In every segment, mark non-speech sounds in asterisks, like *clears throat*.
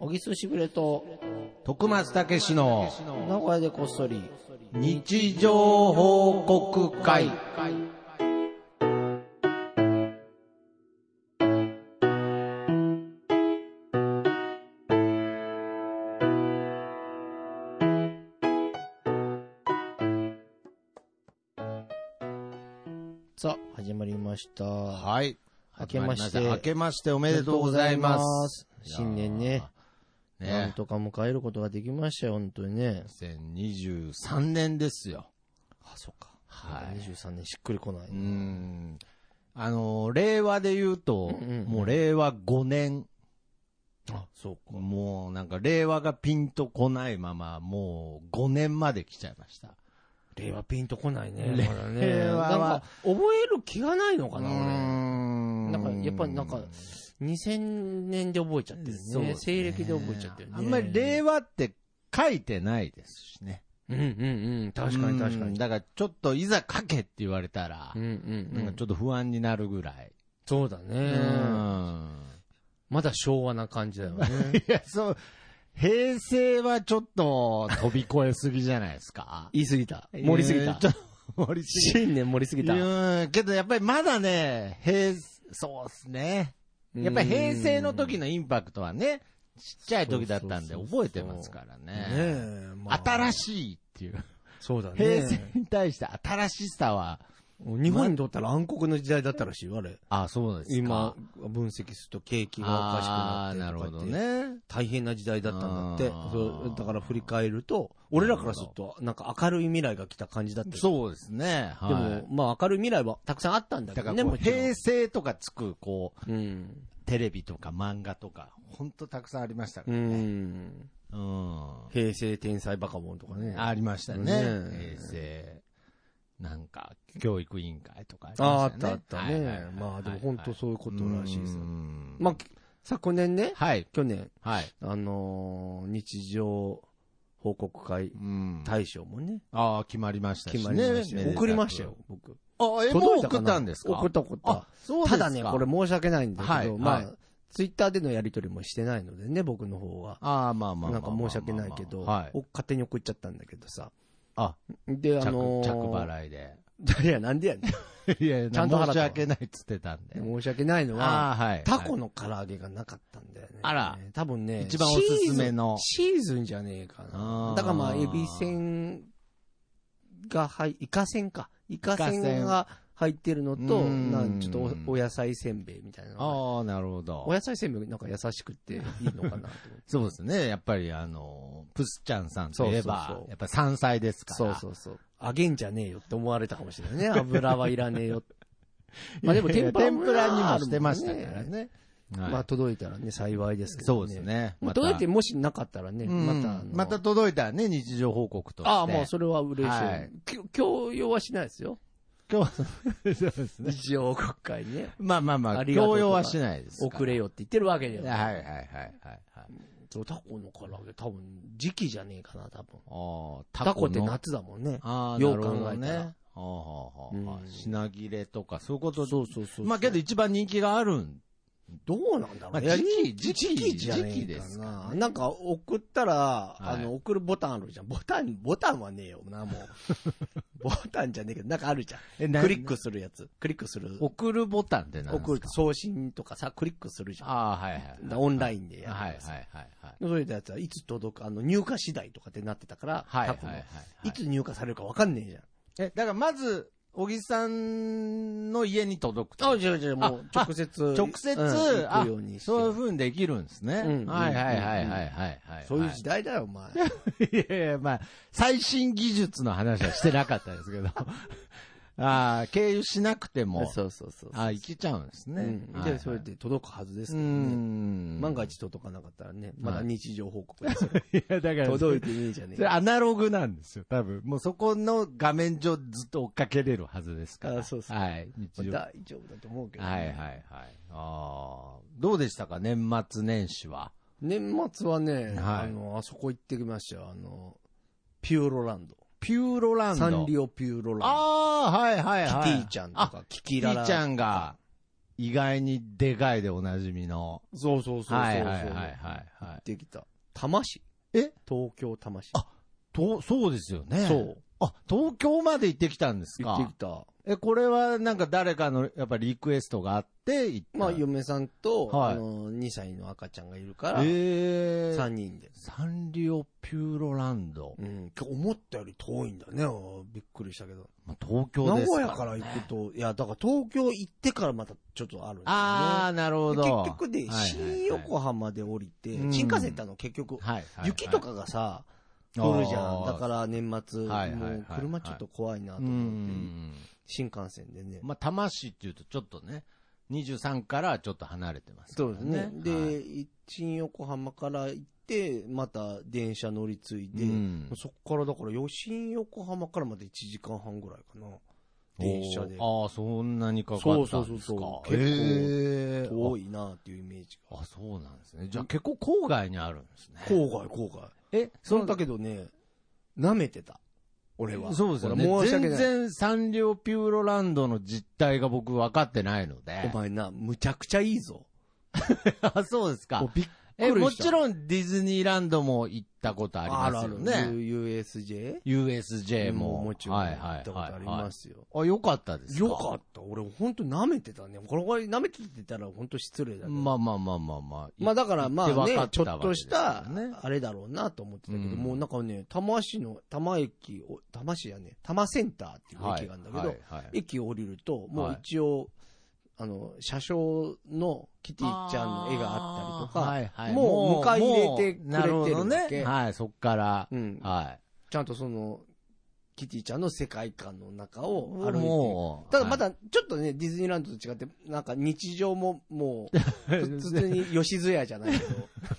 小木すしぐれと、徳松たけしの名古屋でこっそり、日常報告会。さあ、始まりました。はい。明けまして明けましておおめでとうございます。新年ね、いやーなんねとか迎えることができましたよ、本当にね。 2023年ですよ。あ、そっか。は23年しっくりこない。うーん。あのー、令和で言うと、うんうんうんもう令和5年、あ、そうか。もうなんか令和がピンとこないまま、もう5年まで来ちゃいました。令和ピンとこないね。令まだね。令和はなんか、覚える気がないのかな、うー俺。んなんか、やっぱりなんか、2000年で覚えちゃってるそうね。ですね西暦で覚えちゃってるね。あんまり令和って書いてないですしね。うんうんうん。確かに確かうんに。だからちょっといざ書けって言われたらうん、うんうなんん。かちょっと不安になるぐらい。そうだうね。ん。 *laughs* まだ昭和な感じだよね。。いや、そう、平成はちょっと飛び越えすぎじゃないですか *laughs* 言い過ぎた。えーちょっと盛りすぎ新年盛りすぎ *laughs* た。た。うん、けどやっぱりまだね、平、そうっすね。やっぱり平成の時ねのインパクトはね、ちっちゃい時だったんでそうそう覚そうえてますからね。え、まあ新しいっていう。そうだね。平成に対して新しさは、日本にとったら暗黒の時代だったらしいよ、あれ。あ、そうですか。今、分析すると景気がおかしくなあっーてなるとかほってどね。大変な時代だったんだってあーそう。だから振り返ると、俺らからすると、なんか明るい未来が来た感じだったよそうですね。ではも、まあ明るい未来はたくさんあったんだい。けだかどね、らこう、もちろん平成とかつく、こう、うん。テレビとか漫画とか、ほんとたくさんありましたかうらね。ん。うん。平成天才バカボンとかね。ありましたね。ね平成、なんか、教育委員会とかありああまっしたたあよね。ったはいはいはいね。まあでも本当そういうことらしいですよう。んまあ、昨年ね、はい。去年、はい。あのー日常報告会うん大賞もね、ああ、決まりましたしね。決まりましたよ。めでたく送りましたよ、。僕。ああ、え、もう届いたか送なったんですか送った送ったあ。、そうですただか。ね、これ申し訳ないんだはけいど、はいまあ、ツイッターでのやり取りもしてないのでね、僕の方は。ああ、まあまあまなあんまかあまあ申し訳ないけど、はい。お勝手に送っちゃったんだけどさ。あ、で、あ着、のー着払いで。 *laughs* いや、なんでやねん。 *laughs* いや、ちゃんと払ったわ申し訳ないっつってたんで。申し訳ないのは、ああ、はい。タコの。の唐揚げがなかったんだよね。あら。多分ね、一番おすすめのシーズンシーズンじゃねえかあな。ーだからまあ、エビせんが入、イカせんか。イカせんが入ってるのと、うんなんちょっとおお野菜せんべいみたいなのが。ああ、なるほおど。野菜せんべいなんか優しくていいのかなと思って。そうですね。やっぱり、あの、プスちゃんさんといそうえそうばそ、うやっぱ山菜ですから。そうそうそう。揚げんじゃねえよって思われたかもしれ *laughs* ないね。油はいらねえよって。まあでも天ぷらも天ぷらにもしてましたからね。はいまあ届いたらね、幸いですけどね。そうですね。まあ。た届いてもしなかったらね、うんまたあの。また届いたらね、日常報告として。ああ、もうそれは嬉しい。はいきょ強要はしないですよ。今日、そうですね。日常国会にね。まあまあまああ、りがとうと強か要はしないですから。遅れよって言ってるわけだよ。はいはいはいはい。はいそうタコの唐揚げ、多分、時期じゃねえかな、多分。ああ、タコっての夏だもんね。ああ、よようう考考えたらえたら。ああうんああ品切れとか、そういうこと。そうそうそう。まあけど一番人気があるん。どうなんだろうね。まあ時い期や時期じゃね時期えでかすなか。なんか送ったら、いあの、送るボタンあるじゃん。ボタン、ボタンはねえよな、も *laughs* う。ボタンじゃねえけど、なんかあるじゃん。え、クリックするやつ。クリックする。送るボタンって何ですか送る、送信とかさ、クリックするじゃん。ああ、はいはい。オンラインでやるはいからはいさはいはい。そういうやつはいつ届く、あの、入荷次第とかってなってたから、はいは多い分はい。いつ入荷されるか分かんねえじゃん。え、だからまず、小木さんの家に届くと。あ、違う違う、もう直接。直接、うん行あくように、してそういう風にできるんですね。うんはいはいはいはいはいはい。そういう時代だよ、お前。 *laughs* いやいや、まあ、最新技術の話はしてなかったですけど。 *laughs* ああ、経由しなくても、そうそうそう。ああ、いけちゃうんですね。うんはいはで、いそれで届くはずですうけどね。ん。万が一届かなかったらね、まだはい日常報告です *laughs* よ。いや、だから、届いてねえじゃねそえれか。アナログなんですよ、多分。もうそこの画面上ずっと追っかけれるはずですから。あそうそうはい。日常。大丈夫だと思うけどね。はいはいはい。ああ、どうでしたか、年末年始は。年末はね、はいあの、あそこ行ってきましたよ。あの、ピューロランド。ピューロランド。サンリオピューロランああ、はいはいド。はい。キティちゃんとあ、か、キキキテララ。ィちゃんが、意外にでかいでおなじみの。そうそうそうそう。はいはいはいはい、はい。できた。多摩市。え東京多摩市。あと、そうですよね。そう。あ、東京まで行ってきたんです行ってかきた。え、これはなんか誰かのやっぱリクエストがあって行った。まあ、嫁さんと、はいあの、2歳の赤ちゃんがいるから、えー3人で。サンリオピューロランド。うん、今日思ったより遠いんだね。あーびっくりしたけど。まあ東京名です古から、屋から行くと、いや、だから東京行ってからまたちょっとあるんですよねああ、なるほでど。結局で、新横浜で降りて、うん新幹線ってあの結局、はいはいはい雪とかがさ、降るじゃあん。ーだから年末、はいはいはいはいもう車ちょっと怖いなと思うって、ん。新幹線でね。まあ、多摩市っていうとちょっとね、23からちょっと離れてますからそうですね。で、はい新横浜から行って、また電車乗り継いで、うんそこからだから、よ新横浜からまで1時間半ぐらいかな。電車で。おーああ、そんなにかかったんですか。そうそうそうそう結遠い。いなっていうイメージが。あ、そうなんですね。じゃあ結構郊外にあるんですね。郊外、郊外。え、そのだけどね、舐めてた。俺は。そうですよこね。れ申し訳全ない。然サンリオピューロランドの実態が僕分かってないのでお。前な、むちゃくちゃいいぞ。 *laughs* あそうですもうか。びっくりえ、した。もちんろんディズニーランドも行ったことありますよね。 USJ? USJ も。もちろん行ったことありま。すよ。あ、よかったですよかった。俺、ほんと舐めてたね。これ、これ舐めてて言ったら、ほんと失礼だけど。まあまあまあまあまあ。まあだからま行あって分かねっ、ちょたっわけとですしからたね、あれだろうなと思ってたけど、うんもうなんかね、多摩市の、多摩駅を、多摩市やね、多摩センターっていう駅があるんだけど、はいはいはい駅を降りると、もはうい一応、あの、車掌のキティちゃんの絵があったりとか、はいはいもう迎え入れてくれてるわけもうなほどね。はい、そっから。うん、はい。ちゃんとその、キティちゃんの世界観の中を歩いていく。もう、ただまだちょっとね、ディズニーランドと違って、なんか日常もも *laughs* う、普通に吉津屋じゃないけ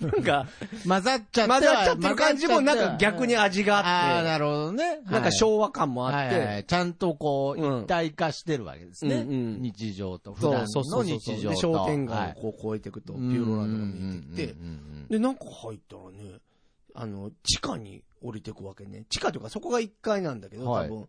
ど、なんか、混ざっちゃっては混ざっちゃってる感じもなんか逆に味があああ、って、なるほどね。なんかョ昭和感もあっはいはいはて、いちゃんとこう、うん一体化してるわけですね。うんうん日常と。普そ段うそうそのうそう日常で、と。商店は街をいこう越えていくと、ピューロランドが見えてきて、うんうんうんうんで、なんか入ったらね、あの、地下に降りてくわけね。地下というかそこが1階なんだけど、はい多分、多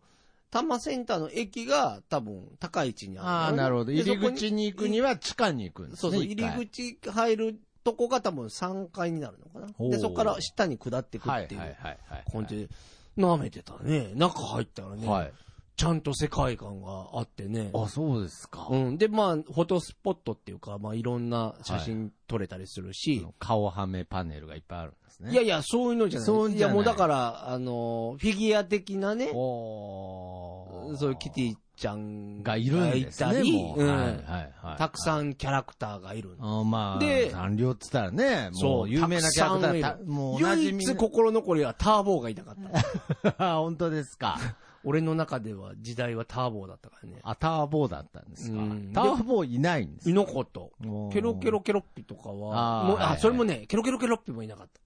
摩センターの駅が多分高い位置にあああ、るんだなるよほど。ね、入りでそこ口に行くには地下に行くんですね。そうそう、入一り回口入るとこが多分3階になるのかほな。うで、そこから下に下ってくはいっていはいうはいはいはい。感じで、舐めてたね。中入ったらね、はい。ちゃんと世界観があってね。あ、そうですか。うん。で、まあ、フォトスポットっていうか、まあ、いろんな写真撮れたりするし、顔はめパネルがいっぱいあるんですね。いやいや、そういうのじゃない。そういうんじゃなや、いもうだから、あの、フィギュア的なね、おーそういうキティちゃんがいるんですがいね。たりもううんはいはいはい。たくさんキャラクターがいる。あまあ、でサンリオって言ったらね、もそうう有名なキャラクター、たくさんたもうおな唯じみ一心残りはターボーがいなかった。 *laughs* 本当ですか。俺の中では時代はターボーだったからね。あ、ターボーだったんですかうん。ターボーいないんですいかなかった。もうケロケロケロッピとかは、あーもうはいはあ、いそれもね、ケロケロケロッピもいなかった。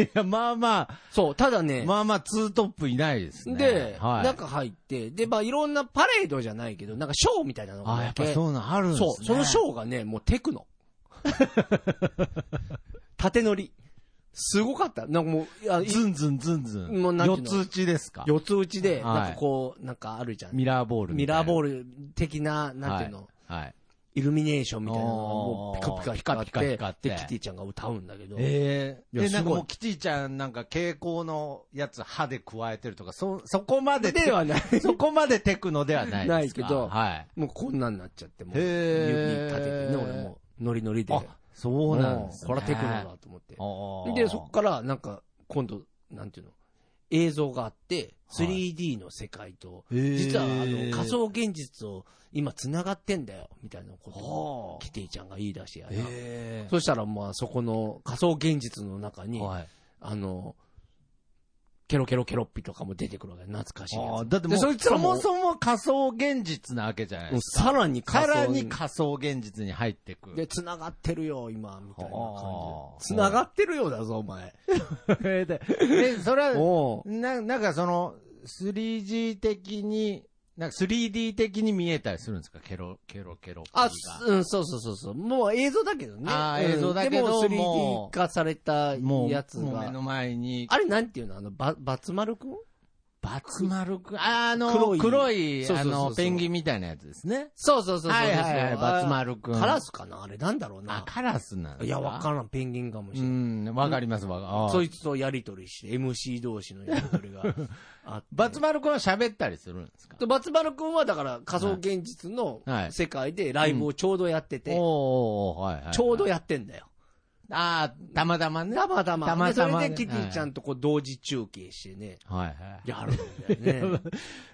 いや、まあまそう、ただあ、ね、まあまあ、ツートップいないですね。で、はい、中入って、で、まあいろんなパレードじゃないけど、なんかショーみたいなのがあやあっっぱて、そういうのあるんですね。そう、そのショーがね、もうテク *laughs* ノ。縦乗り。すごかった。なんかもう、あいズンズンズンズン。もうなんてい四うのつ打ちですか四つ打ちで、はいなんかこう、なんかあるじゃん。ミラーボールミラーボール。ル的な、なんていうの、はい。イルミネーションみたいなのがもうピカピカ光って、おーピカピカ光ってで、キティちゃんが歌うんだけど、ええいやで、すなんかごいもうキティちゃんなんか蛍光のやつ歯で加えてるとか、そ、そこまでではない。そこまでテクノではないですか。ないけどはい。もうこんなんなっちゃって、もう、へ指ー立ててね、俺も、ノリノリで。あ、そうなんですね。もうこれはテクノだと思って。あーで、そこから、なんか、今度、なんていうの、映像があって、3D の世界と、へー実は、あの、仮想現実を今繋がってんだよ、みたいなことを、はあキティちゃんが言い出しやな。えそしたら、まあ、そこの仮想現実の中えに、はい。あの、ケロケロケロッピとかも出てくるわけ、懐かしいやあつ。ーだってもう、でそいつらそももそも仮想現実なわけじゃないうんですか。さらにさ仮想らに仮想現実に入ってくで、る。繋がってるよ、今、みたいなあ感ーじで。繋がってるようだぞ、お前。 *laughs* で、でそれは、おうな、なんかその、3G 的に、なんか 3D 的に見えたりするんですかケロ、ケロケロッピーが。あ、すうん、そうそうそうそう。もう映像だけどね。あーうん映像だけどでももう 3D 化されたもう、やつもう目のが。前に、あれなんていうのあの、ば、バツ丸くんバツ丸くん、あの、黒黒いい、そうそうそうそうあの、ペンギンみたいなやつですね。そうそうそうそう。はいはいはい、バツ丸くん。カラスかなあれなんだろうなあ、。カラスなんだいや、わからん。ペンギンかもしれうない。ん、わかります、わかあーそいつとやりとりして、MC 同士のやりとりがあ *laughs* って。バツ丸くんは喋ったりするんですかでバツバル君はだから仮想現実のはい世界でライブをちょうどやってて、おーおーおーはいはいはい。ちょうどやってんだよ。ああ、たまたまね。たまたま。たまたまでねそれでキティちゃんとこう同時中継してね、はいはい。やるんだ *laughs* よね。 *laughs*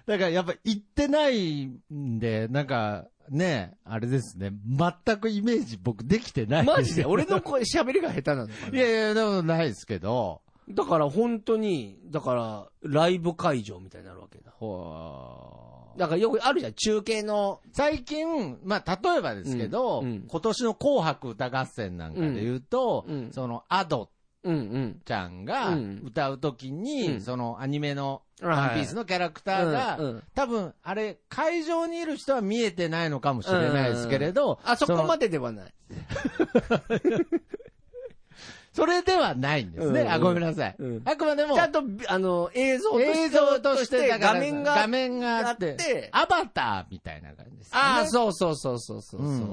だからやっぱ行ってないんで、なんかね、あれですね、全くイメージ僕できてないマジで俺俺の声喋りが下手なのか *laughs* いなやいや、でもないですけど、だから本当に、だからライブ会場みたいになるわけだ。ほーだからよくあるじゃん、中継の。最近、まあ例えばですけど、うんうん今年の紅白歌合戦なんかで言うと、うんうんそのアドうんうん。ちゃんがうん歌うときに、うんそのアニメのはいワンピースのキャラクターが、うんうん多分、あれ、会場にいる人は見えてないのかもしれないですけれど、あそこのまでではない。それではないんですね。うんうんあ、ごめんなさい。うんあくまでもちゃ、んと、あの、映像として、映像として、だから画面が画面があっあってて、アバターみたいな感じです、ね。ああ、そうそうそうそうそうそう。うんう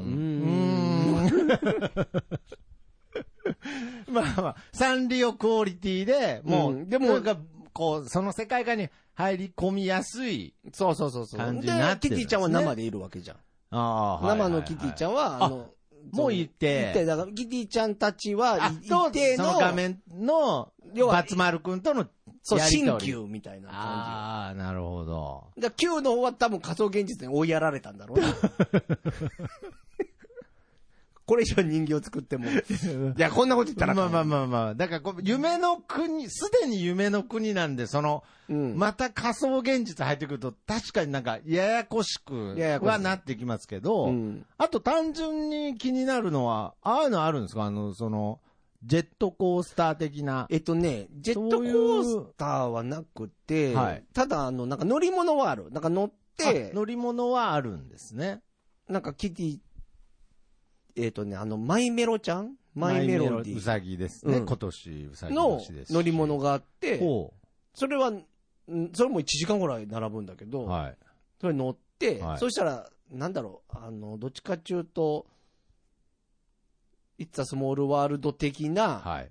ん。 *laughs* まあまあ、サンリオクオリティで、もう、うんででもも、なんか、こう、その世界観に入り込みやすい。そうそうそうそう。感でじになってキるテんィですねちゃんは生でいるわけじゃん。あ生のキティちゃん。んは、あの、もう行って一体だから、キティちゃんたちは、あ一と、定その画の、面の、要はバツ丸くんとのそう、やりとり新旧みたいな感ああ、なるほど。 *laughs* じ。だから旧の方は多分仮想現実に追いやられたんだろう *laughs* な。これ以上人形作って *laughs* も。いや、こんなこと言ったらあかまあん。まあまあまあ。だからこう、夢の国、すでに夢の国なんで、その、うんまた仮想現実入ってくると、確かになんか、ややこしくややこしいはなってきますけど、うんあと単純に気になるのは、ああいうのあるんですかあの、その、ジェットコースター的な。えっとね、ジェットコースターはなくて、はいただ、あの、なんか乗り物はある。なんか乗ってあ、乗り物はあるんですね。なんかキティ、えっ、とね、あの、マイメロちゃんマイメロデうィさぎですね。うん今年、うさぎの年ですし乗り物があって、ほそれは、んそれも1時間ぐらい並ぶんだけうど、はい。それ乗って、はいそしたら、なんだろう、あの、どっちかっていうと、イッツ・ア・スモール・ワールド的な、はい。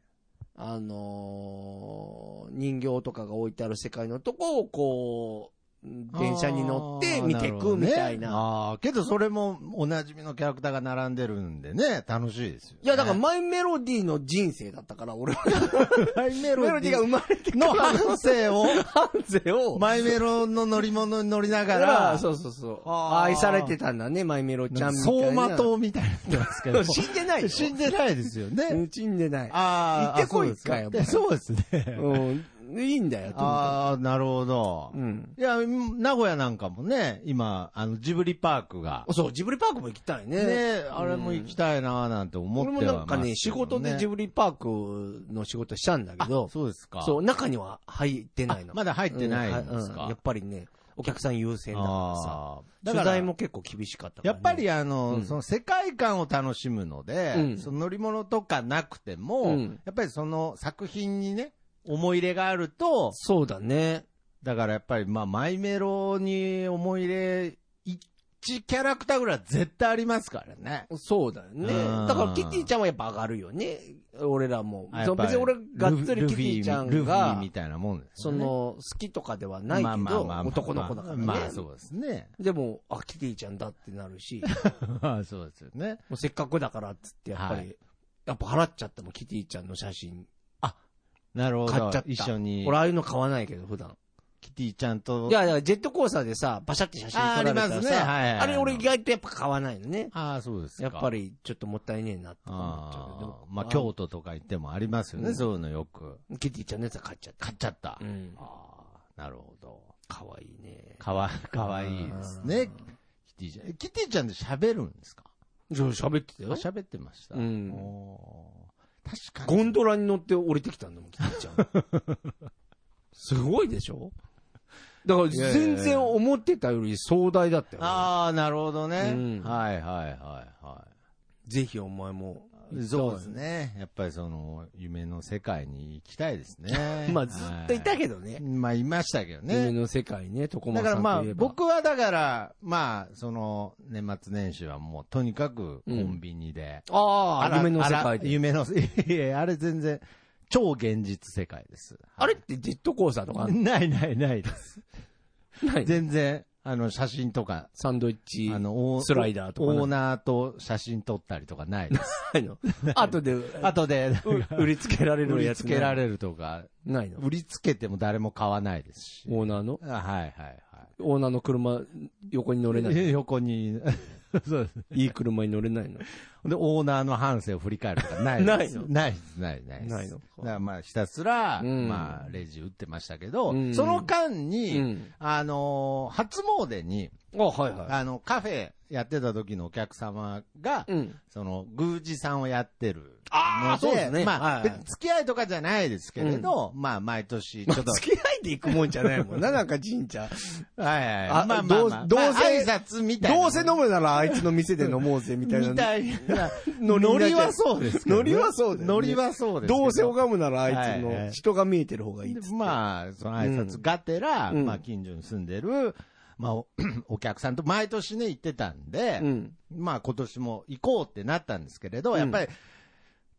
あのー人形とかが置いてある世界のとこを、こう、電車に乗って見ていくみたいな。あーるほどねあー、けどそれもおなじみのキャラクターが並んでるんでね、楽しいですよ、ね。いや、だからマイメロディーの人生だったから、俺 *laughs* は。マイ *laughs* メメロディーが生まれての反省を、半生を。マイメロの乗り物に乗りながら、そうそうそう。あー愛されてたんだね、マイメロちゃんみたい走な。馬灯みたいになってますけ *laughs* ど。死んでないよ。 *laughs* 死んでないですよね。うん死んでない。あー行ってこいあそうです一回そうですね。うん。いいんだよ、とにかああ、なるほどく。うん。いや、名古屋なんかもね、今、あの、ジブリパークが。そう、ジブリパークも行きたいね。ね、あれも行きたいなーなんて思っ俺てはもなんかね、ますけ仕ど事でジブリパークの仕事したんだけどあ、そうですか。そう、中には入ってないの。あまだ入ってないんですかうんはいうんやっぱりね、お客さん優先だからさ。あーだ取から材も結構厳しかったかやら、ね。っぱ、りあの、うんその世界観を楽しむので、うんその乗り物とかなくても、うんやっぱりその作品にね、思い入れがあると、そうだね。だからやっぱりまあ、マイメロに思い入れ、1キャラクターぐらいは絶対ありますからね。そうだよねう。んだからキティちゃんはやっぱ上がるよね。俺らも。やそっうぱり別に俺がっつりルキフティちゃんルフィルフィがみ、たいなもんですそよね、の、好きとかではないまあけまあど、まあまあ男の子だからね。まあそうですね。 *laughs* でも、あ、キティちゃんだってなるし、まあそうですよね。もうせっかくだからっつって、やっぱり、はやっぱ払っちゃってもキティちゃんの写真なるほど。買っちゃった。一緒に、俺ああいうの買わないけど、普段。キティちゃんとい、やいや、ジェットコースターでさ、バシャって写真撮られたあありらますねさ、はいはいあれ俺意外とやっぱ買わないのね。ああ、そうですか。やっぱりちょっともったいねえなって思っちゃうあけど。であもまあ、京都とか行ってもありますよね、うんそういうのよく。あキティちゃんのやつは買っちゃった。買っちゃった。うんあ。あ、なるほど。かわいいね。かわ、かわいいですね。キティちゃん。キティちゃんで喋るんですかじゃあ喋ってたあよ。喋ってました。うんおー確かゴに。ンドラに乗って降りてきたんだもん、キティちゃん。すごいでしょだからやいやいや全然思ってたより壮大だったよ。ああ、なるほどね。うんはいはいはいはぜひお前も。い。そうですね。やっぱりその、夢の世界に行きたいですね *laughs* まあ、ずっといたけどねは。いまあ、いましたけど夢ね。の世界ね、とこまだかさらんまとあいえ、ば。僕はだから、まあ、その、年末年始はもう、とにかくコンビニで。ああ、ら夢の世界あらで。夢の、 *laughs* いやいやあれ全然、超現実世界です。あれってジェットコースターとかあんの *laughs* ないないないです。ない全然、あの、写真とか、サンドイッチ、あの、オースライダーとかないオーナーと写真撮ったりとかない *laughs* です。ないの後で、あとで、う売りつけられ売るやりつつない。けられるとか、ないの売りつけても誰も買わないですし。オーナーのあはいはいはい。オーナーの車、横に乗れないの。え *laughs* 横に、そうです。いい車に乗れないの。で、オーナーの反省を振り返るとかないないですのないです、ないです、ないです。ないのかだからまあ、ひたすら、うんまあ、レジ打ってましたけど、うんその間に、うんあのー初詣に、あ、はいはあの、カフェやってた時のお客様が、い。うん。その、宮司さんをやってる。あーそうですねまあ、はいはい別に付き合いとかじゃないですけれど、まあ、毎年、ちょっと、付き合いで行くもんじゃないもん *laughs* な、なんか神社。はいはい。あまあまあ、まあ、どうまあどうせ挨拶みたいな。どうせ飲むならあいつの店で飲もうぜ、みたいな。みたいな。 *laughs* ノリノリはそうですけどノね。リはそうだよねノリはそうですけ。どうせ拝むならあいつはいはのい人が見えてる方がいいっつって。まあ、その挨拶がてら、うんまあ、近所に住んでる、まあ、お *clears throat* お客さんと毎年ね、行ってたんで、うん。まあ、今年も行こうってなったんですけれど、うんやっぱり、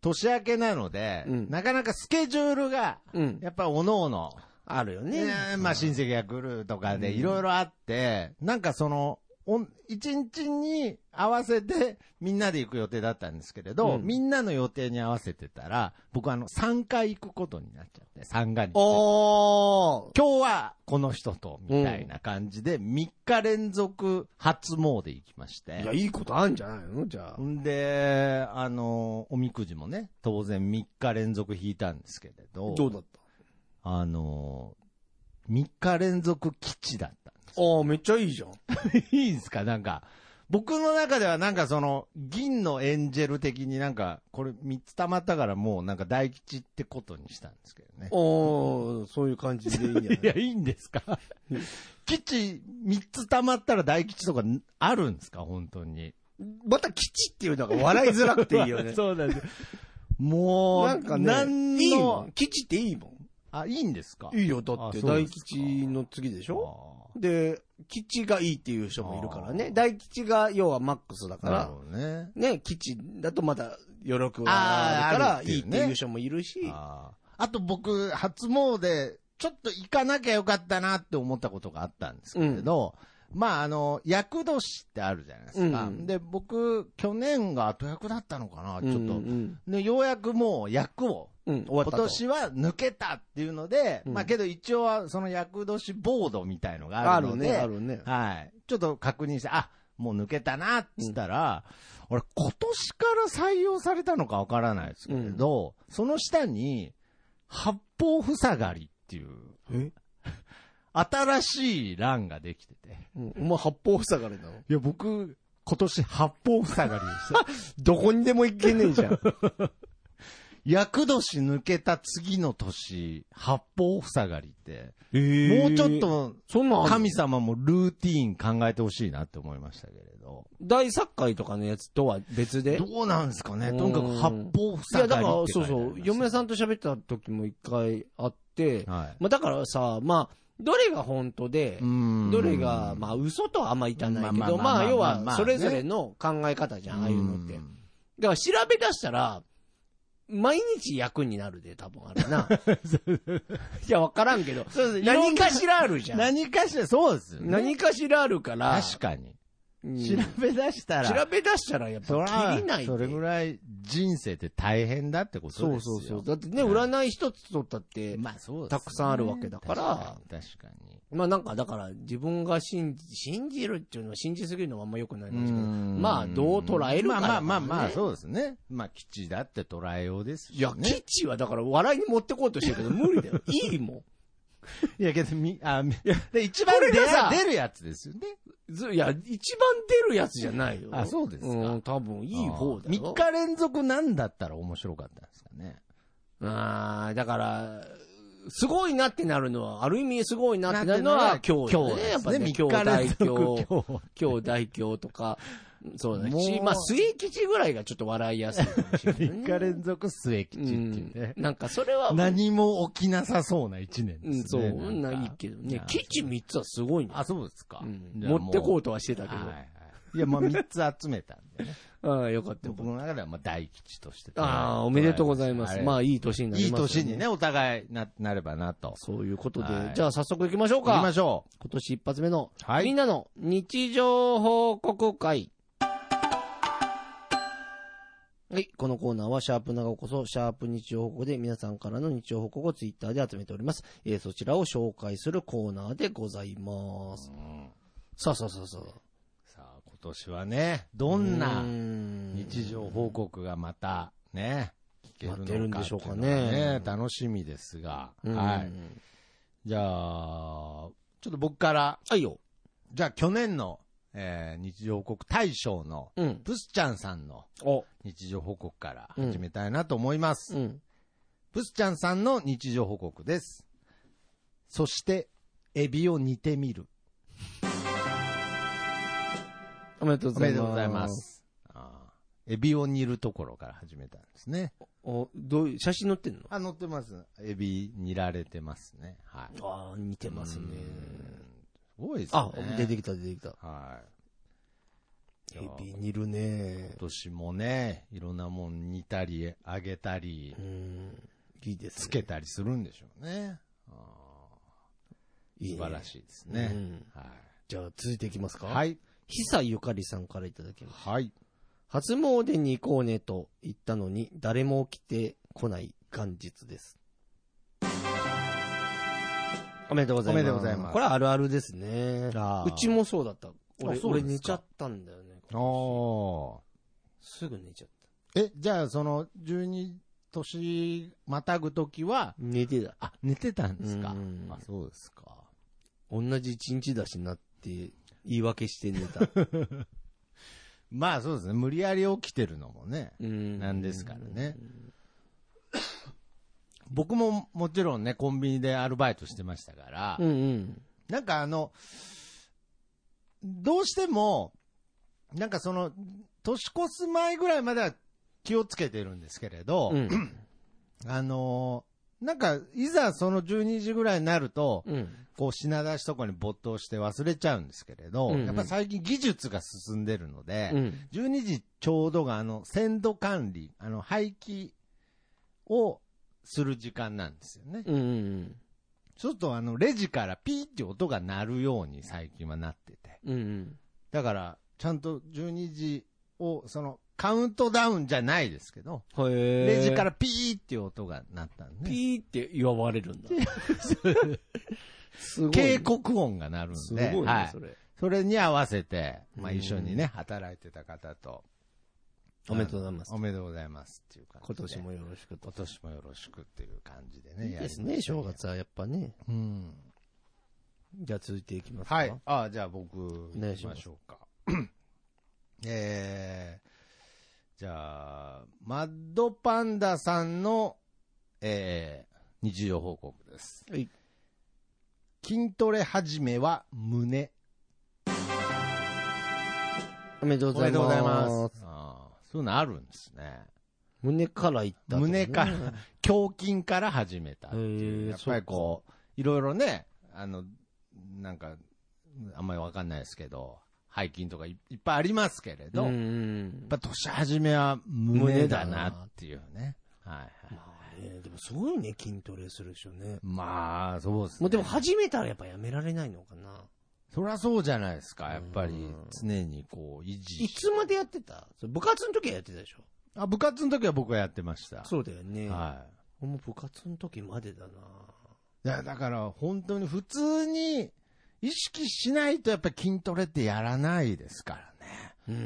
年明けなので、うんなかなかスケジュールが、うん。やっぱり、おのおの、あるよねね。まあ、親戚が来るとかで、うんいろいろあって、なんかその、おん一日に合わせて、みんなで行く予定だったんですけれど、うんみんなの予定に合わせてたら、僕あの、3回行くことになっちゃって、三が日。おー。今日はこの人と、みたいな感じで、3日連続初詣行きましいや、て。いいことあんじゃないのじゃあ。んで、あの、おみくじもね、当然3日連続引いたんですけれど、どうだったあの、3日連続吉だったんです。ああ、めっちゃいいじゃん。 *laughs* いいですかなんか、僕の中ではなんかその、銀のエンジェル的になんか、これ3つ溜まったからもうなんか大吉ってことにしたんですけどね。おー、そういう感じでいいんじゃないいや、いいんですか吉3つ溜まったら大吉とかあるんですか本当に。 *laughs* また基地っていうのが笑いづらくていい *laughs* よね。 *laughs* そうなんです。もう、なんかね、何のいいもん。基地っていいもあ、いいんですかん。いいよ、だってあそう大ですか吉の次でしょょで、基地がいいっていう人もいるからあね。ー大吉が要はマックスだかなるら、ほどね。ね、基地だとまだ余力があるかあーあらるっいていいうっねていう人もいるし、あーあと僕、初詣、ちょっと行かなきゃよかったなって思ったことがあったんですけれど、まあ、あの、厄年ってあるじゃないですか。うんで、僕、去年が後役だったのかな、ちょっと。うんうんで、ようやくもう役をうん、終わった今と。年は抜けたっていうので、うんまあけど一応はその厄年ボードみたいのがああるるので、ね、あるね。はい。ちょっと確認して、あ、もう抜けたなって言ったら、俺今年から採用されたのかわからないですけれど、その下に、八方塞がりっていう、え新しい欄ができてて。うんお前八方塞がれなのいや、僕、今年八方塞がりで *laughs* した。どこにでも行けねえじゃ *laughs* ん。厄年抜けた次の年、八方塞がりって、ももうちょっ、と、そんなんあんの神様もルーティーン考えてほしいなって思いましたけれど。大作会とかのやつとは別で。どうなんですかねうとんにかく八方いや、だ塞がかりら、っそうて書いてありまそすう。嫁さんと喋った時も一回あって、はまあだからさ、まあ、どれが本当でい。、んどれが、まあ嘘とはあんま言いたないけまあまあど、まあまあまあ要まあまあはねそれぞれの考え方じゃん、ああいうのって。だんから調べ出したら、毎日役になるで、多分あれ *laughs* な。いや、わからんけど、そうです何かしらあるじゃん。何かしら、そうですよね。何かしらあるから、確かに。うん調べ出したら、調べ出したらやっそぱら切りないでそれぐらい人生って大変だってことそでうすそよ。うそう。だってね、はい占い一つ取ったって、まあそうですねたくさんあるわけだから確かに確かに。まあなんかだから自分が信じ、信じるっていうのは信じすぎるのはあんま良くないかもしれないまあどう捉えるかだまかあまらねあまあまあ、そうですね。まあ、吉だって捉えようですし、ね。いや、基地はだから笑いに持ってこうとしてるけど無理だよ。いい *laughs* もいや、けど、み、あ、みで、一番これ出がさ出るやつですよね。ん。ずいや、一番出るやつじゃないよ。あそうですかうん、多分いい方だよ。 3日連続なんだったら面白かったんですかね。ああ、だから、すごいなってなるのは、ある意味すごいなってなるのは今日だね。今日やっぱね、ね、今日3日連大続凶、今日。今日大凶とか、そうだもね。うしまあ、末吉ぐらいがちょっと笑いやすいかもしれ *laughs* ない、ね。 3日連続末吉っていうねう。んなんかそれは、何も起きなさそうな一年ですうね。ん、そう、なんかないけどねな。んか吉3つはすごいね。あ、そうですか。うんじゃあもう持ってこうとはしてたけはいど。はい。いや、まあ3つ集めたんでね。ああ、よかったよかっ僕の中ではまあ大吉として。た。ああ、おめでとうございます。まあ、いいい年になりいます、年にね、。お互いな、なればなと。そういうことで、はいじゃあ早速行きましょう行か。きましょう。今年一発目の、はいみんなの日常報告会。はい。このコーナーは、シャープ長こそ、シャープ日常報告で皆さんからの日常報告をツイッターで集めております。えーそちらを紹介するコーナーでございます。うんさあさあさあさあ。さあ、今年はね、どんなうーん日常報告がまたね、聞けるのか待ってるんでしょうかねっていのがね楽しみですが。うんはい。じゃあ、ちょっと僕から、はいよ。じゃあ去年の、えー日常報告大賞の、うん。プスちゃんさんのお。日常報告から始めたいなと思います。うん。プスちゃんさんの日常報告です。そして、エビを煮てみる。おめでとうおござめいます。でとうございま。す。あーエビを煮るところから始めたんですね。お、どういう、写真載ってんのあ、乗ってます。エビ煮られてますね。はい。ああ、似てますねう。んすごいですねあ。、出てきた出てきた。はい。いエやビ煮るね今。年もね、いろんなもん煮たり、揚げたりう、ん。いいです、ね。つけたりするんでしょうね。あーいい素ね晴らしいですうね。んはじゃあ続いていきますか。い。い。はい。久ゆかりさんからいただきます。はい。初詣に行こうねと言ったのに、誰も来てこない元日です。おめでとうございます。おめでとうございますこれはあるあるですね。あーうちもそうだった。俺、そう俺ですか寝ちゃったんだよね。おすぐ寝ちゃった。ーえ、じゃあ、その、12年またぐときは、寝てた。あ、寝てたんですかうん。あ、そうですか。同じ一日だしなって言い訳して寝 *laughs* た。うまあそうですね。無理やり起きてるのもね。んなんですからね。僕ももちろんね、コンビニでアルバイトしてましたから、うんうん。なんかあの、どうしても、なんかその、年越す前ぐらいまでは気をつけてるんですけれど、うん。あのーなんか、いざその12時ぐらいになると、うん。こう品出しとかに没頭して忘れちゃうんですけれうど、んうんやっぱ最近技術が進んでるので、うん。 12時ちょうどがあの、鮮度管理、あの、廃棄をする時間なんですよね。うんうんちょっとあの、レジからピーって音が鳴るように最近はなってて。うん。うんだから、ちゃんと12時を、その、カウントダウンじゃないですけど、うん。へレジかららピーっていう音が鳴ったんで、ピーって言われるんだ。 *laughs* すごいね。警告音が鳴るんで、すごいはねい、そ。れ。それに合わせて、まあうん一緒にね、働いてた方と、おめでとうございますあのおめでとうございますっていう感じで。今年もよろしくと今。年もよろしくっていう感じでいね。いですやりね、ました正月はやっぱね。うん。じゃあ続いていきますか。はい。ああじゃあ僕、願行いしきまますしょうか。 *clears throat* えー、じゃあ、マッドパンダさんの、えー、日常報告です。はい。筋トレ始めは胸。おめでとうおござめいでとうございまますす。。ああそういうのあるんですね。胸からいったとね。胸から、胸筋から始めたっていへーう。やっぱりこう、いろいろね、あの、なんか、あんまりわかんないですけど、背筋とかいいっぱいありますけれど、うんうやっん。ぱ年始めは胸だなっていうね。はいはい。まあね、でもすごいね、筋トレする人ね。まあ、そうですね。もうでも始めたらやっぱやめられないのかな。そりゃそうじゃないですか。やっぱうりん、常にこう、維持いしつまでやってたそれ部活の時はやってたでしょあ、部活の時は僕はやってました。そうだよね。はい。もう部活の時までだな。いや、だから本当に普通に意識しないとやっぱり筋トレってやらないですからね。うん。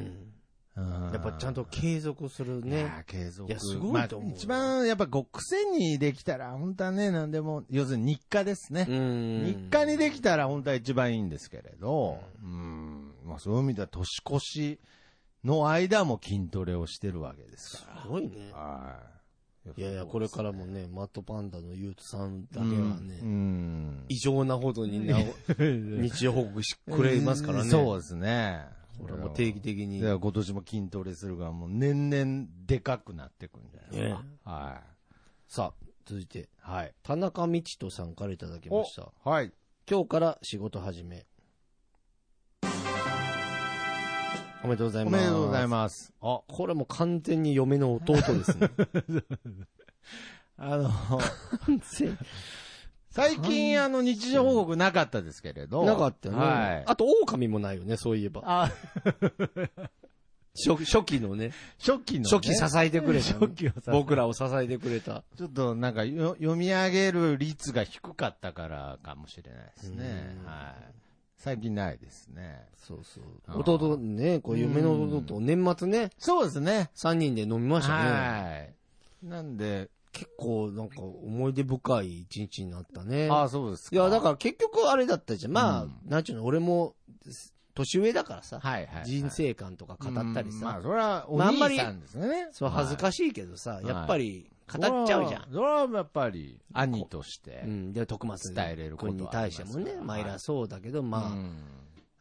うんやっぱちゃんと継続するいね。や継続。いやすごいと思うまあ一番やっぱこう癖にできたら本当はね、何でも、要するに日課ですね。ん日課にできたら本当は一番いいんですけれど、うん、まあそういう意味では年越しの間も筋トレをしてるわけですすかごいねら。。はい。いやいや、これからもね、マットパンダのユートさんだけはね、うん。 *laughs* 異常なほどにね、日常報告してくれますからね。そうですね。これはもう定期的に。いや、今年も筋トレするから、もう年々でかくなってくんじゃないですかね。はさあ、続いて、い。はい。田中道人さんからいただきました。はい。今日から仕事始め。おめでとうございおます。めでとうございます。あ、これもう完全に嫁の弟ですね。あの、 *laughs* *laughs* 完全に最近、あの、日常報告なかったですけれど。なかったよね。はい。あと、狼もないよね、そういえば。あ、初初期のね、初期の、ね。初期支えてくれたね、初期を支え僕らを支えてくれた。ちょっとなんかよ読み上げる率が低かったからかもしれないですねう。んはい。最近ないですね。そうそうあー弟ね、こう嫁の弟と年末ね、そうですね。 3人で飲みましたね。はい。なんで、結構なんか思い出深い一日になったね。ああ、そうですいか。、や、だからら結局あれだったじゃん。まあ、うんなんちゅうの、俺も、年上だからさ、はいはいはい。人生観とか語ったりうさ、んまあ、それはお兄さんですね。そう恥ずしかしいけどさ、いやっぱり語っちゃうじゃん。それはやっぱり、兄としてう。ん、で、徳松伝えれること君にはあ対りますしてからもね、まあ偉そうだけど、うまん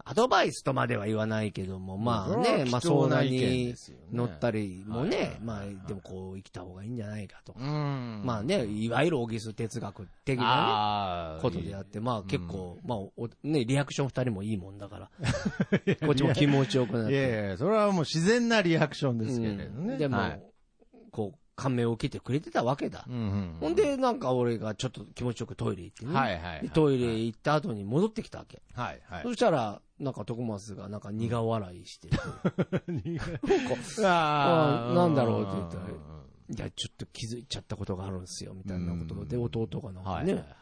あ、アドバイスとまでは言わないけども、まあそれねは、まあ貴相重な談意見にですよね乗ったりもはいねは、いまはいあでもこう生きた方がいいんじゃないかと。うん。まあね、いわゆるオギス哲学的なね。ああ、ことであって、まあ結構、まあお、ね、リアクション二人もいいもんだ *laughs* から、こっちも気持ちよくなっいて。やいや、それはもう自然なリアクションですけれどうね。んでもはい、こう、感銘を受けてくれてたわけだう。んほん、で、なんか俺がちょっと気持ちよくトイレ行ってね。はいはいはいでトイレ行った後に戻ってきたわけ。はいはいそ。したら、なんか徳松がなんか苦笑いして、ああーなんだろうって言ったらうんいや、ちょっと気づいちゃったことがあるんですよ、みたいなことで、弟がなんかはいね、はいはい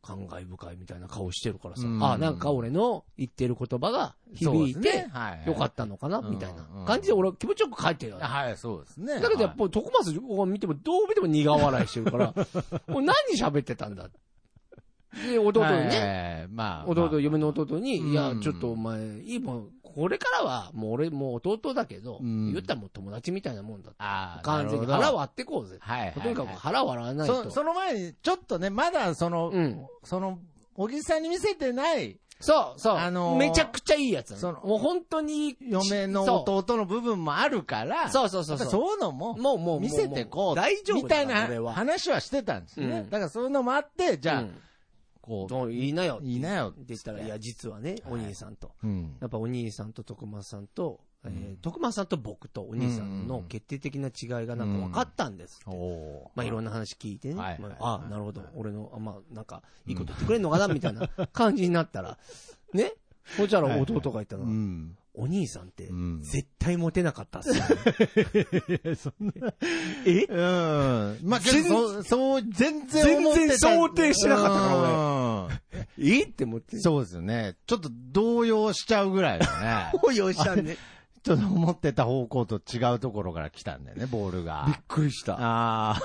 感慨深いみたいな顔してるからさ、うんあなんか俺の言ってる言葉が響いそうですてね、はいはいよかったのかな、うんみたいな感じで俺は気持ちよく帰ってるよ。はい、そうですね。だけどやっぱり徳松を見てもどう見ても苦笑いしてる *laughs* から、もう何喋ってたんだ。で、弟にね、ね、まあ、弟、まあ嫁の弟に、うんいや、ちょっとお前、いいもん、これからは、もう俺もう弟だけど、うん言ったらもう友達みたいなもんだ。あー完全になるほ腹ど割ってこうぜ。はいはいはいとにかく腹割らないそと。その前に、ちょっとね、まだその、うんその、小木さんに見せてないそう、そう、あのーめちゃくちゃいいやつなそののもう本当にいい。嫁のそ弟の部分もあるから、うそうそうそやうっぱそりう。そういうのも、もうもうもう見せてこう、大丈夫みたいこれなは。話はしてたんですね。うんだからそういうのもあって、じゃあ、うんこどういいなよ。う、いいなよって言ったら、いや、実はね、お兄さんと。うんやっぱお兄さんと徳間さんと、えー徳間さんと僕とお兄さんの決定的な違いがなんか分かったんですって。おまあ、いろんな話聞いてね。はいまはいあ、はいあなるほど。俺の、あまあ、なんか、いいこと言ってくれんのかなみたいな感じになったら、ね。そしたら弟が言ったの、うん。お兄さんってうん、絶対モテなかったっすよね、 *laughs* うん。まあ、け全ど、そう、そう、全然思ってた。全然想定してなかったから、えって思って。俺。。そうですよね。ちょっと動揺しちゃうぐらいだね *laughs* よしたんで。ちょっと思ってた方向と違うところから来たんだよね、ボールびっが。くりした。ああ。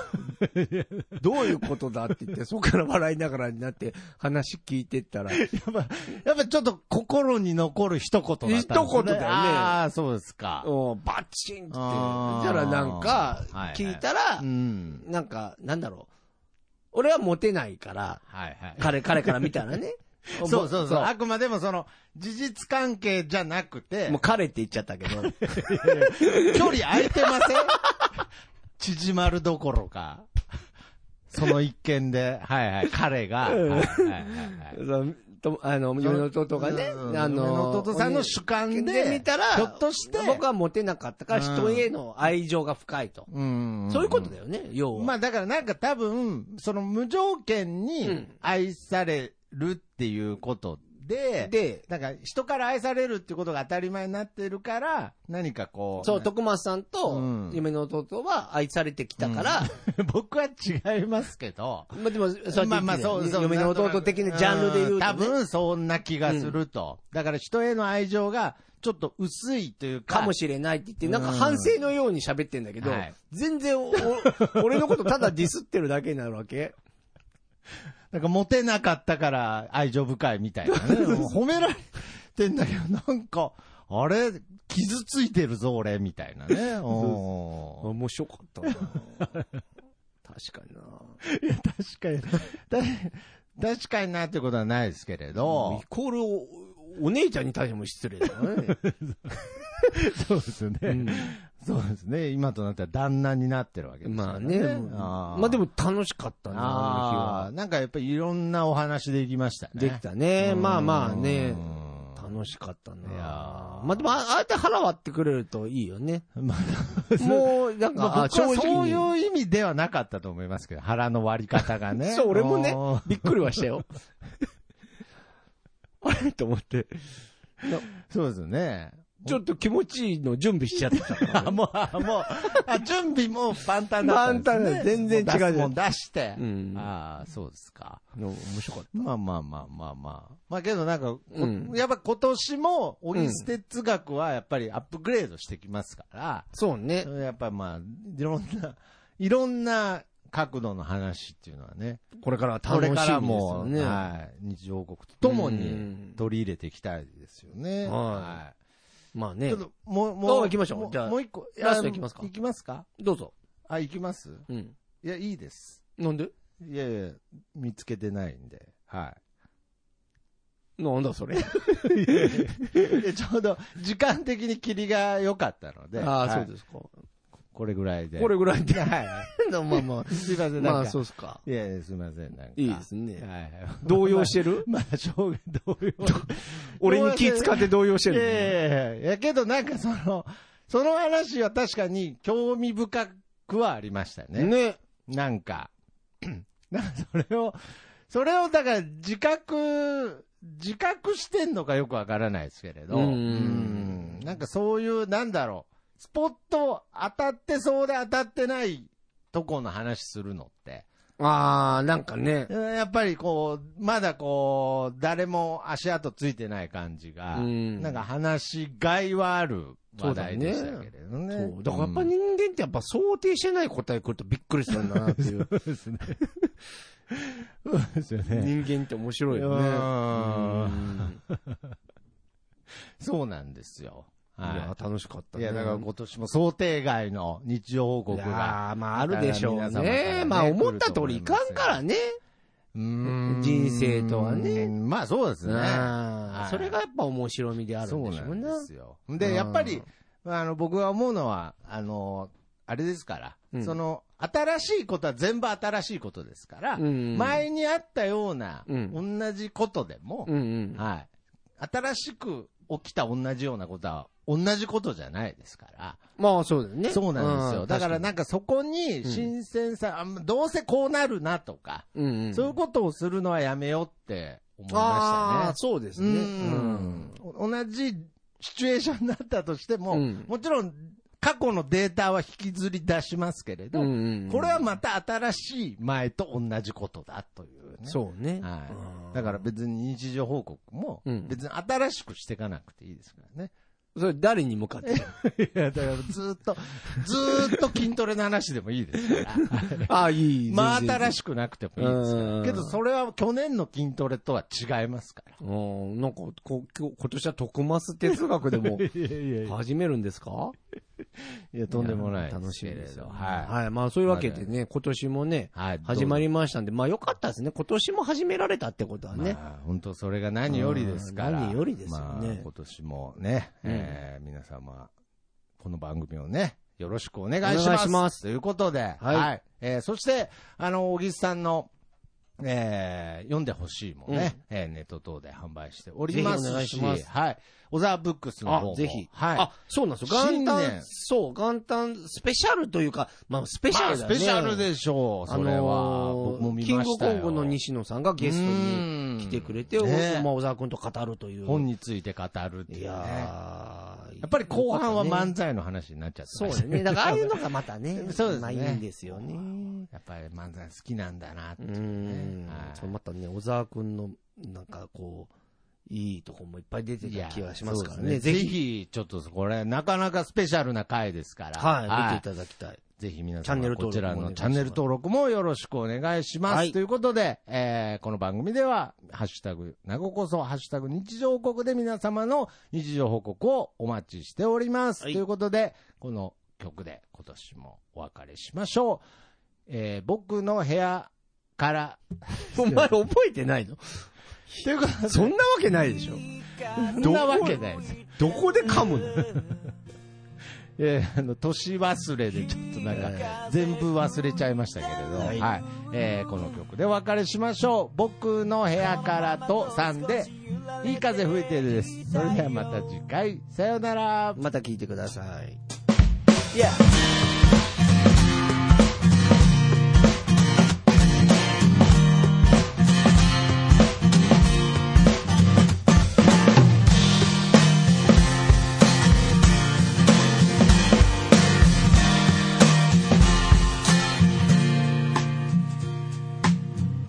どういうことだって *laughs* 言って、そこから笑いながらになって話聞いてったら、 *laughs* やっぱちょっと心に残る一言だったんですね。一言だよねああ、そうですか。うんバチンって。あーじゃらなんかはいは、い聞いたらう、ん。なんか、なんだろう。俺はモテないから、はいはい。。彼、彼から見たらね *laughs* そうそうそう。あくまでもその、事実関係じゃなくて、もう彼って言っちゃったけど。距離空いてません *laughs* 縮まるどころか。その一件で、はいはい、彼が、はいはいはいそうとあの、嫁の弟がね、うんあ嫁の弟さんの主観で見たら、ひょっとして僕はモテなかったから、うん人への愛情が深いと。うんそういうことだよね、要は。まあだからなんか多分、その無条件に愛されるっていうことで、で、なんか人から愛されるってことが当たり前になってるから、何かこう。そう、徳松さんとうん、嫁の弟は愛されてきたから、 *laughs* 僕は違いますけど。 *laughs* まあでも、そうやって言ってたよねまあまあ、そうそう。嫁の弟的なジャンルで言うとね、ん多分そんな気がすると。だから人への愛情がちょっと薄いというか。かもしれないって言って、なんか反省のように喋ってんだけどうんはい、全然お、俺のことただディスってるだけになるわ *laughs* け。なんかモテなかったから愛情深い *laughs* みたいなね。もう褒められてんだけど、なんか、あれ、傷ついてるぞ俺、みたい *laughs* なね。おー面白かったな確かにな *laughs* 確かに。だ確かになってことはないですけれどイ。コールおお姉ちゃんに対しても失礼だよね。 *laughs* そうですね、うんそうですね。今となっては旦那になってるわけですかまあらね。あーまあでも楽しかったな、あああ、なんかやっぱりいろんなお話できましたのね。日は。できたね。うんまあまあねう。楽しかったな。いやーまあでも、ああえて腹割ってくれるといいよ *laughs* ね。んまあ、もう、なんまか、あ僕はそうにいう意味ではなかったと思いますけど、腹の割り方が *laughs* ね。そう、俺もねうん、びっくりはしたよ。 *laughs* あれと思って。そうですね。ちょっと気持ちいいの準備しちゃってたからね、あ、 *laughs* もう、あもう、あ、準備も万端だったんです、ね。万端だ全然違うじゃんも出すもん出して。 *laughs* うんああ、そうですか。の面白かっまあまあまあまあまあ。まあけどなんか、こうんやっぱ今年も、オギステ哲学はやっぱりアップグレードしてきますから、た。そうね。やっぱまあ、いろんな、いろんな角度の話っていうのはね、これからこ楽しれみでかすらよも、ね。はい、日常王国とともうんに取り入れていきたいですよね。はまあいちねょっ。と、もう、もう、あ行きましょうもじゃあもう一個、いやラスト行きますか行きますかどうぞ。あ、行きますうん。いや、いいです。なんでいやいや、見つけてないんで。はなんだ *laughs* それ。 *laughs* い。でちょうど、時間的に霧が良かったので。ああ、はそいうですか。これぐらいで。これぐらいで。はい。まあまあ。すい *laughs* ません、まなあんかそ。うっすか。いやいや、すいません、なんか。いいですね。はいはい。動揺して *laughs* る *laughs* まだ、しょうが、動揺。俺に気使って動揺していやいる。やいやいや、けどなんかその、その話は確かに興味深くはありましたね。ね。なんか、 *clears throat* なんかそれを、それをだから自覚、自覚してんのかよくわからないですけれど、うんんなんかそういう、なんだろう、スポット当たってそうで当たってないとこの話するのって、ああ、なんかね。やっぱりこう、まだこう、誰も足跡ついてない感じが、うんなんか話しがいはある話題でしたけれどね。そう。だからやっぱ人間ってやっぱ想定してない答え来るとびっくりするんだなっていう。そうです *laughs* ね。そうですよね。人間って面白いようね。んうんそうなんですよ。いやは、楽しかったい。いね。や、だから今年も想定外の日常報告いが。やーまああるでしょうだから皆様かね。らねまあ思った通りいかんからね。うーん人生とはねまあそうですね。あはーいそれがやっぱ面白みであるそんうでしなょうんねで。すよ。で、やっぱり、あの、僕が思うのは、あの、あれですから、うんその、新しいことは全部新しいことですから、うん前にあったような、うん同じことでも、うんうん。はい。新しく起きた同じようなことは、同じことじゃないですから。まあそうだよね。そうなんですよ。だからなんか、かそこに新鮮さ、あどうせこうなるなとか、うんうんそういうことをするのはやめようって思いああー、ましそうでたすね。ね。うん同じシチュエーションになったとしても、うんもちろん過去のデータは引きずり出しますけれど、うんこれはまた新しい前と同じことだというね。そうね。はい。だから別に日常報告もうん、別に新しくしていかなくていいですからね。それ誰に向かって。いや、だからずーっと、 *laughs* ずーっと筋トレの話でもいいで *laughs* すから。 *laughs* ああ、いい。まあ全然新しくなくてもいいですかうら。んけどそれは去年の筋トレとは違いま *laughs* すから。うん、なんか、こ、今日今年は徳マス哲学で *laughs* もいやいや始めるんですかいや、とんでもない。楽しみですよ。ははい。まあそういうわけでね、今年もねい。、はい。始まりましたんで、まあよかったですね。今年も始められたってことはどうぞ。ね。まあ本当それが何よりですから。うん何よりですよねまあ今年もね、えー皆様、この番組をね、よろしくお願いします。お願いしますということで、はいい。えーそして、あの、小木さんの、えー読んでほしいもんね、えーネット等で販売しておりますし、ぜひお願いしますはい。小沢ブックスのあ方も、ぜひはい。あ、そうなんですよ。元新旦年、そう、元旦スペシャルというか、まあスペシャルだね。まあスペシャルでしょう、あそれは。の僕もー、見キンまグコしたよングの西野さんがゲストに来てくれて、うんねまあ小沢君と語るという。本について語るっていう、いね。ややーっぱり後半はよかったね漫才の話になっちゃってそうまでしすた、ね。だからああいうのがまたねそうですねまあいいんですよね。 *laughs* やっぱり漫才好きなんだなってういうねんは。いそうまたね、小沢くんの、なんかこう、いいとこもいっぱい出ていたや気がしますからそうね。ですぜねぜひ、ひ、ちょっとこれ、なかなかスペシャルな回ですから、はい、見ていただきたい。ぜひ皆チャさンネルん、登こ録ちもお願いらしますのチャンネル登録もよろしくお願いします。はいということで、えーこの番組では、ハッシュタグ、なごこそ、ハッシュタグ、日常報告で皆様の日常報告をお待ちしております。はいということで、この曲で今年もお別れしましょう。えー僕の部屋から、お前覚えてないの *laughs* ということでそんなわけないでしょ。そんなわけないです。どこで噛む *laughs* のえーあの、年忘れでちょっとなんえか、全部忘れちゃいましたけれど、ははいい、えーこの曲でお別れしましょう。僕の部屋からと3で、いい風吹いてるです。それではまた次回、さようなら。また聞いてください。 Yeah.「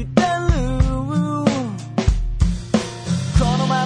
いてる」このま